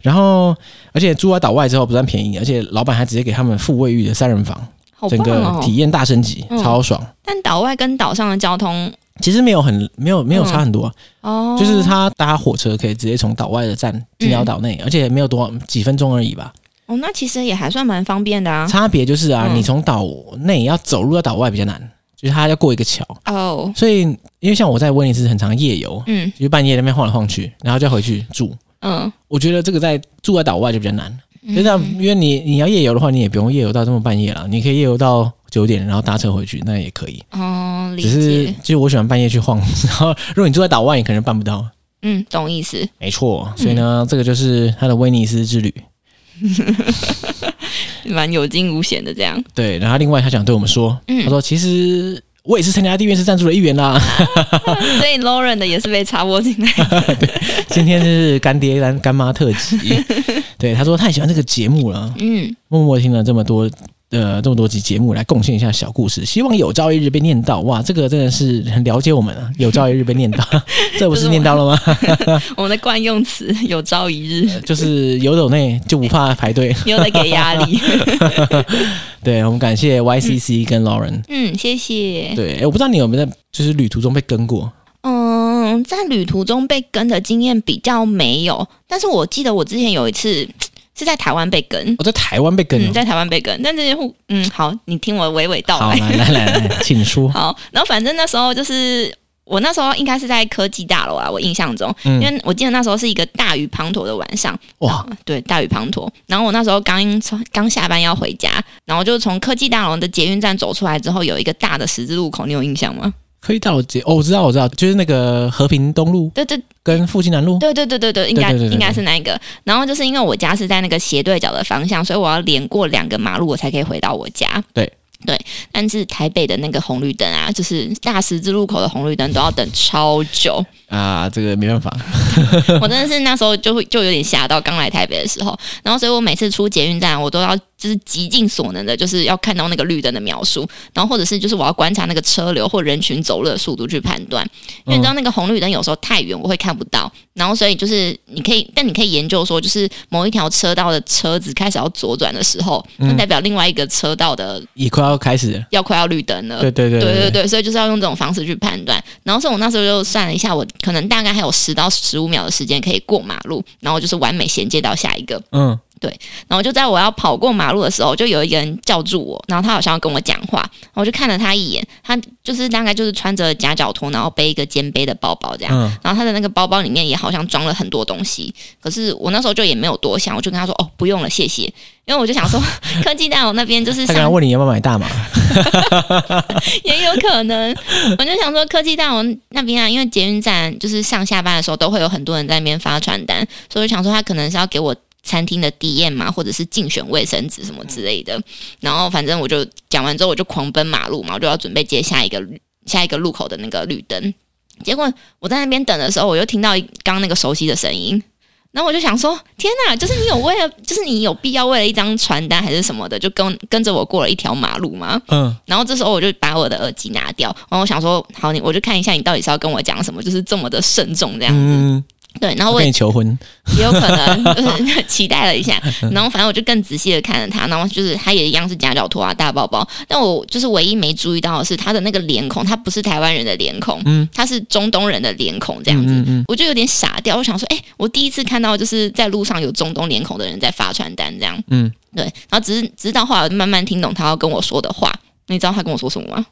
然后，而且住在岛外之后不但便宜，而且老板还直接给他们付卫浴的三人房。
好
整
棒
个
哦！
体验大升级，
嗯
超爽。
但岛外跟岛上的交通
其实没有很没有没有差很多啊、
嗯哦，嗯
就是它搭火车可以直接从岛外的站进到岛内，而且没有多几分钟而已吧。
哦，那其实也还算蛮方便的啊。
差别就是啊，
嗯
你从岛内要走入到岛外比较难，就是它要过一个桥。
哦，
所以因为像我在威尼斯很常夜游，
嗯
就是半夜在那边晃来晃去，然后就回去住。
嗯，
我觉得这个在住在岛外就比较难，就这样，
嗯
因为你你要夜游的话，你也不用夜游到这么半夜了，你可以夜游到九点，然后搭车回去，那也可以。
哦，理
只是
解，
就是我喜欢半夜去晃， 然后如果你住在岛外，你可能办不到。
嗯，懂意思。
没错，所以呢，这个就是他的威尼斯之旅。
蛮有惊无险的这样。
对，然后另外他想对我们说，
嗯
他说其实我也是参加地院士赞助的一员啦。
所以 Lauren 的也是被插播进来。
今天就是干爹干干妈特 辑。对，他说太喜欢这个节目了，
嗯，
默默听了这么多。呃，这么多集节目来贡献一下小故事，希望有朝一日被念到。哇，这个真的是很了解我们啊！有朝一日被念 到，这不是念到了吗？
我们的惯用词有朝一日
就是有斗内就不怕排队。
又在给压 力。
对，我们感谢 YCC 跟 Lauren。
嗯，谢谢。
对，哎诶我不知道你有没有在就是旅途中被跟过，
嗯，在旅途中被跟的经验比较没有，但是我记得我之前有一次是在台湾被跟，
我在台湾被跟哦。
嗯，在台湾被跟，但这些户，嗯，好，你听我娓娓道
好，
来。
来来来来， 请说。
好，然后反正那时候就是我那时候应该是在科技大楼啊，我印象中，
嗯
因为我记得那时候是一个大雨滂沱的晚上，啊
哇，
对，大雨滂沱。然后我那时候刚从刚下班要回家，然后就从科技大楼的捷运站走出来之后，有一个大的十字路口，你有印象吗？
可以到我哦，我知道我知道，就是那个和平东路
对对
跟复兴南路。
对对对对对，应该
对对对对
应该是那一个。然后就是因为我家是在那个斜对角的方向，所以我要连过两个马路，我才可以回到我家。
对
对，但是台北的那个红绿灯啊，就是大十字路口的红绿灯都要等超久。
啊，这个没办法。
我真的是那时候就会就有点吓到，刚来台北的时候。然后所以我每次出捷运站，我都要就是极尽所能的，就是要看到那个绿灯的描述，然后或者是就是我要观察那个车流或人群走路的速度去判断。因为你知道那个红绿灯有时候太远，我会看不到。然后所以就是你可以，但你可以研究说，就是某一条车道的车子开始要左转的时候，那代表另外一个车道的
也快要开始了。
要快要绿灯了。
对对对
对对
对，
对，所以就是要用这种方式去判断。然后，所以我那时候就算了一下，我可能大概还有十到十五秒的时间可以过马路，然后就是完美衔接到下一个。
嗯，
然后就在我要跑过马路的时候，就有一个人叫住我，然后他好像要跟我讲话，然后我就看了他一眼，他就是大概就是穿着夹脚拖，然后背一个肩背的包包这样，
嗯，
然后他的那个包包里面也好像装了很多东西，可是我那时候就也没有多想，我就跟他说哦不用了，谢谢，因为我就想说 科技大楼那边就是
他刚
上
刚问你要不要买大麻，
也有可能，我就想说科技大楼那边啊，因为捷运站就是上下班的时候都会有很多人在那边发传单，所以我想说他可能是要给我餐厅的 DM 嘛，或者是竞选卫生纸什么之类的。然后反正我就讲完之后，我就狂奔马路嘛，我就要准备接下一个绿下一个路口的那个绿灯。结果我在那边等的时候，我又听到一刚那个熟悉的声音。然后我就想说，天哪！就是你有为了，就是你有必要为了一张传单还是什么的，就跟跟着我过了一条马路吗？
嗯，
然后这时候我就把我的耳机拿掉，然后我想说，好，你我就看一下你到底是要跟我讲什么，就是这么的慎重这样。
嗯，
对，然后
我
我
跟
也
你求婚，
也有可能就是 期待了一下，嗯然后反正我就更仔细的看了他，然后就是他也一样是夹脚拖啊大包包，但我就是唯一没注意到的是他的那个脸孔，他不是台湾人的脸孔，
嗯
他是中东人的脸孔这样子。
嗯嗯
我就有点傻掉，我想说，哎、我第一次看到就是在路上有中东脸孔的人在发传单这样，
嗯，
对，然后只是直到后来我慢慢听懂他要跟我说的话，你知道他跟我说什么吗？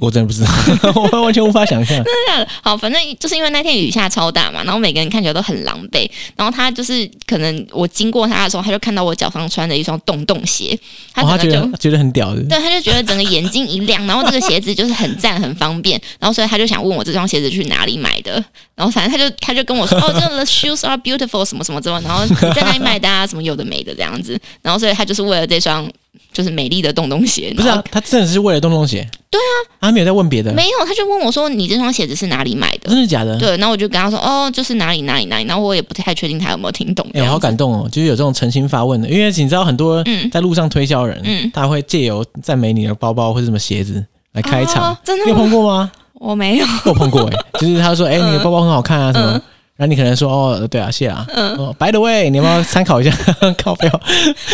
我真的不 知道，我完全无法想象，
真的 好，反正就是因为那天雨下超大嘛，然后每个人看起来都很狼狈。然后他就是可能我经过他的时候，他就看到我脚上穿着一双洞洞鞋，他
哦他
可
觉
能就、
得觉得很屌的，
对，他就觉得整个眼睛一亮，然后这个鞋子就是很赞，很方便，然后所以他就想问我这双鞋子去哪里买的，然后反正他就他就跟我 说，哦，这个 the shoes are beautiful 什么什么之外，然后你在哪里买的啊，什么有的没的这样子，然后所以他就是为了这双就是美丽的洞洞鞋，
不是
然
啊
后，
他真的是为了洞洞鞋，对啊，他没有在问别的，
没有，他就问我说，你这双鞋子是哪里买的？
真的假的？
对，然后我就跟他说，哦，就是哪里哪里哪里，然后我也不太确定他有没有听懂。
哎、我好感动哦！就是有这种诚心发问的，因为你知道很多
嗯
在路上推销人，
嗯
他会借由赞美你的包包或者什么鞋子来开场，
哦真
你
的
有
吗？
碰过吗？
我 没有，
我有碰过哎、就是 他说哎、你的包包很好看啊什么，
嗯
然后你可能说哦对啊谢啊，哦 by the way 你要不要参 考一下靠标？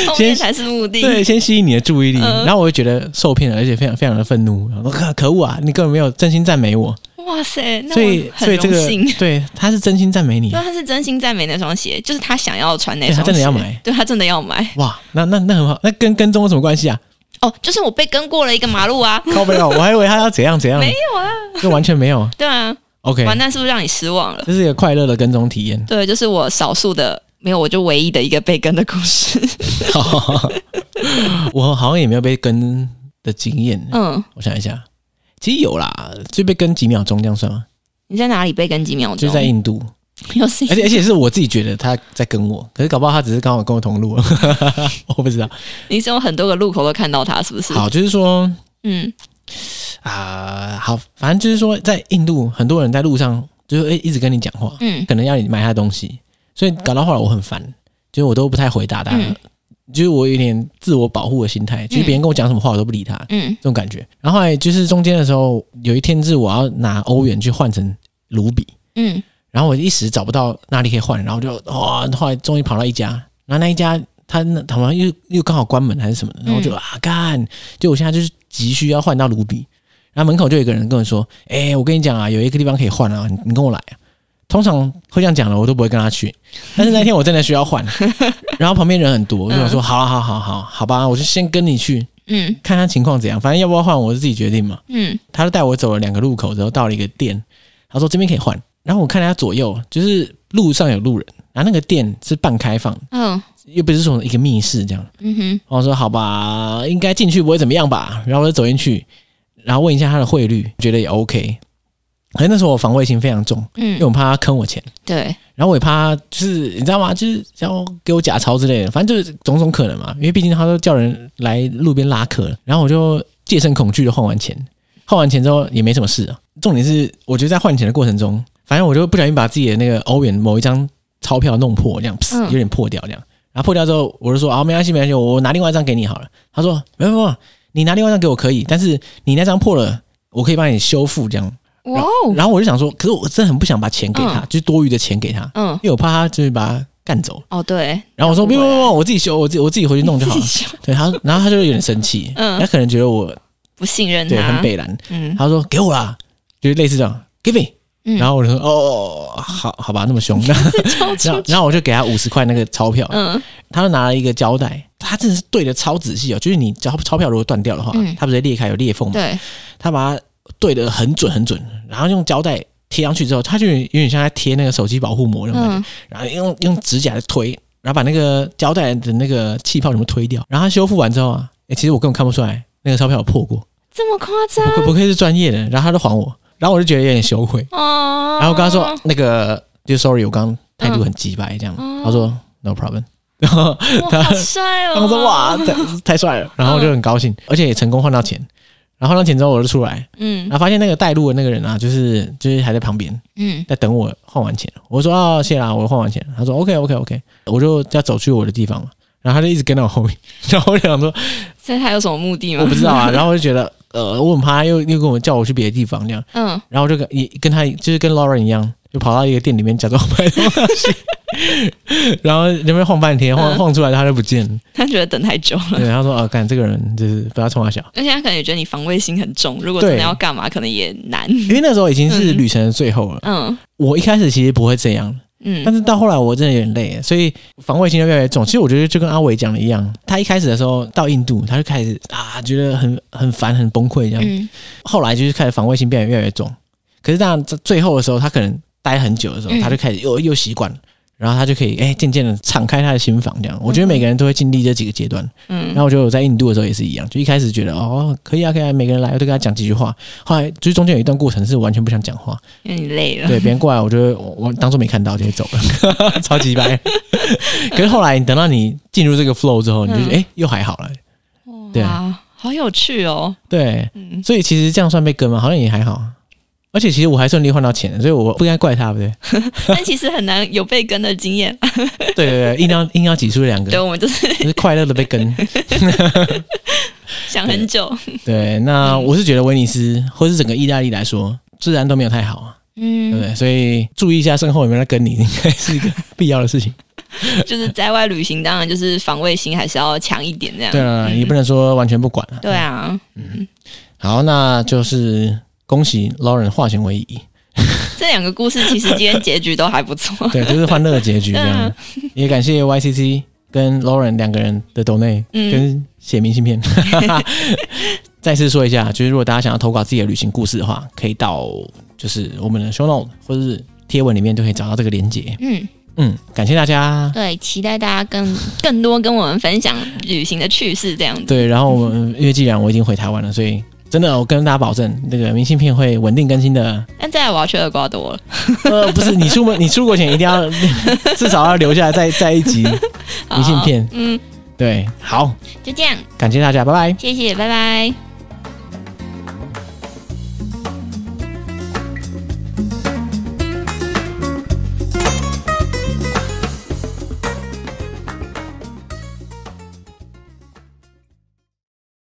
后面才是目的。
对，先吸引你的注意力，
嗯
然后我就觉得受骗了，而且非常非常的愤怒，然后可可恶啊，你根本没有真心赞美我，
哇塞，那
所以
我很
所以这
荣
个
幸。
对他是真心赞美你啊
对，，他是真心赞美那双鞋，就是他想要穿那
对
双
他
鞋，
真的要买，
对他真的要买。
哇，那那那很好，那跟跟踪有什么关系啊？
哦，就是我被跟过了一个马路啊，
靠背哦，我还以为他要怎样怎样，
没
有啊，就完全没有。
对啊，
OK，
完蛋，是不是让你失望了？
这是一个快乐的跟踪体验。
对，就是我少数的，没有，我就唯一的一个被跟的故 事。
我好像也没有被跟的经验，
嗯，
我想一下，其实有啦，就被跟几秒钟这样算吗？
你在哪里被跟几秒
就
钟？
是在印度，
又是一
而且而且是我自己觉得他在跟我，可是搞不好他只是刚好跟我同路， 我不知道。
你是有很多个路口都看到他，是不是？
好，就是说
嗯，
啊、好，反正就是说，在印度很多人在路上就是会一直跟你讲话，
嗯
可能要你买他东西，所以搞到后来我很烦，就是我都不太回答他，
嗯
就是我有点自我保护的心态，就是别人跟我讲什么话我都不理他、
嗯
这种感觉。然后后来就是中间的时候，有一天是我要拿欧元去换成卢比，
嗯
然后我一时找不到哪里可以换，然后就哇、后来终于跑到一家，然后那一家他那好像又又刚好关门还是什么的，然后我就、
嗯
啊干，就我现在就是急需要换到卢比，然后门口就有一个人跟我说，哎、我跟你讲啊，有一个地方可以换啊，你你跟我来啊。通常会这样讲的，我都不会跟他去。但是那天我真的需要换，然后旁边人很多，我就想说，好啊好啊好啊好啊好吧，我就先跟你去
嗯
看他情况怎样，反正要不要换我是自己决定嘛。
嗯
他就带我走了两个路口之后，到了一个店，他说这边可以换。然后我看了他左右，就是路上有路人，然后那个店是半开放，
嗯
又不是说一个密室这样。
嗯哼。
然后我说好吧，应该进去不会怎么样吧。然后我就走进去，然后问一下他的汇率，觉得也 OK。可是那时候我防卫心非常重，因为
嗯，
我怕他坑我钱，
对，
然后我也怕他就是你知道吗？就是想要给我假钞之类的，反正就是种种可能嘛。因为毕竟他都叫人来路边拉客了，然后我就戒慎恐惧的换完钱，换完钱之后也没什么事啊。重点是，我觉得在换钱的过程中，反正我就不小心把自己的那个欧元某一张钞票弄破，这样噗
嗯
有点破掉这样。然后破掉之后，我就说啊，没关系，没关系，我拿另外一张给你好了。他说没有没有没有，你拿另外一张给我可以，但是你那张破了，我可以帮你修复这样。
哇哦，
然后我就想说，可是我真的很不想把钱给他，就是多余的钱给他。
嗯，
因为我怕他就是把他干走。
哦对，
然后我说
不
不用不
会
用，不用我自己修，我自己我自己回去弄就好了。对他，然后他就有点生气，
嗯
他可能觉得我
不信任
对很
他，
北蓝，
嗯
他说给我啦，就是类似这样，give me。
嗯
然后我就说哦，好好吧，那么凶，那
超
然后然后我就给他五十块那个钞票，
嗯
他就拿了一个胶带，他真的是对的超仔细哦，就是你钞钞票如果断掉的话，
嗯
它不是裂开有裂缝嘛，
对，
他把它对的很准很准，然后用胶带贴上去之后，他就有点像在贴那个手机保护膜那种感觉，
嗯，
然后用用指甲推，然后把那个胶带的那个气泡全部推掉，然后他修复完之后啊，诶，其实我根本看不出来那个钞票有破过，
这么夸张
不愧不愧是专业的，然后他就还我，然后我就觉得有点羞愧，
哦？
然后我跟他说那个就 sorry，我刚刚态度很鸡掰这样，
嗯哦
他说 no problem，然后
哇，好帅哦！
然后我说哇，太太帅
嗯
了，然后我就很高兴，而且也成功换到钱，然后换到钱之后我就出来，
嗯
然后发现那个带路的那个人啊，就是就是还在旁边
嗯
在等我换完钱，我说哦谢啦，我换完钱，他说 OK OK OK，我就要走去我的地方了，然后他就一直跟在我后面， 然后我就想说
所以他有什么目的吗
我？不知道啊，然后我就觉得呃我很怕他又又跟我叫我去别的地方这样，
嗯，
然后我就跟一跟他就是跟 Lauren 一样，就跑到一个店里面假装买东西， 然后那边晃半天，晃
嗯
晃出来他就不见 了。
他觉得等太久了，
对，他说啊，干这个人就是不要冲他笑，
而且他可能也觉得你防卫心很重，如果真的
对
要干嘛，可能也 难。
因为那时候已经是
嗯
旅程的最后了。
嗯
我一开始其实不会这样，但
嗯
是到后来我真的有点累，所以防卫心就越来越重。其实我觉得就跟阿伟讲的一样，他一开始的时候到印度，他就开始啊觉得很很烦、很崩溃这样。
嗯
后来就是开始防卫心变得越来越重。可是当然，这最后的时候，他可能待很久的时候，
嗯
他就开始又又习惯了，然后他就可以哎渐渐的敞开他的心房这样。我觉得每个人都会经历这几个阶段。然
嗯，
后我觉得我在印度的时候也是一样，就一开始觉得哦可以啊可以啊，每个人来我都跟他讲几句话。后来就是中间有一段过程是完全不想讲话，
因为你累 了。
对别人过来我就会我我当做没看到就会走了， 超级 白。可是后来你等到你进入这个 flow 之后，你就觉得哎、又还好了。对
嗯哇，好有趣哦。
对，
嗯，
所以其实这样算被跟吗？好像也还好。而且其实我还顺利换到钱，所以我不应该怪他，对不
但其实很难有被跟的经验。
对？对 对对，硬要硬要挤出两个
对，，我们就是
就是快乐的被 跟。
想很久。
对，那
嗯
我是觉得威尼斯或是整个意大利来说，治安都没有太好啊，对不
嗯，
对？所以注意一下身后有没有人跟你，应该是一个必要的事情。
就是在外旅行，当然就是防卫心还是要强一点这样。
对啊，也不能说完全不管啊。
对啊，
好，那就是恭喜 Lauren 化险为夷，
这两个故事其实今天结局都还不错。
对，就是欢乐的结局这样
嗯。
也感谢 YCC 跟 Lauren 两个人的 d o n a t
嗯
跟写明信 片。再次说一下，就是如果大家想要投稿自己的旅行故事的话，可以到就是我们的 show note 或者是贴文里面就可以找到这个连接。
嗯，
嗯，感谢大家。
对，期待大家更更多跟我们分享旅行的趣事这样子。
对，然后我们因为既然我已经回台湾了，所以真的我跟大家保证，那个明信片会稳定更新的。
但再来我要去厄瓜多了。
呃，不是你出门，你出国前一定要 至少要留下来再再一集明信片。
嗯，
对，好，
就这样，
感谢大家，拜拜。
谢谢，拜拜。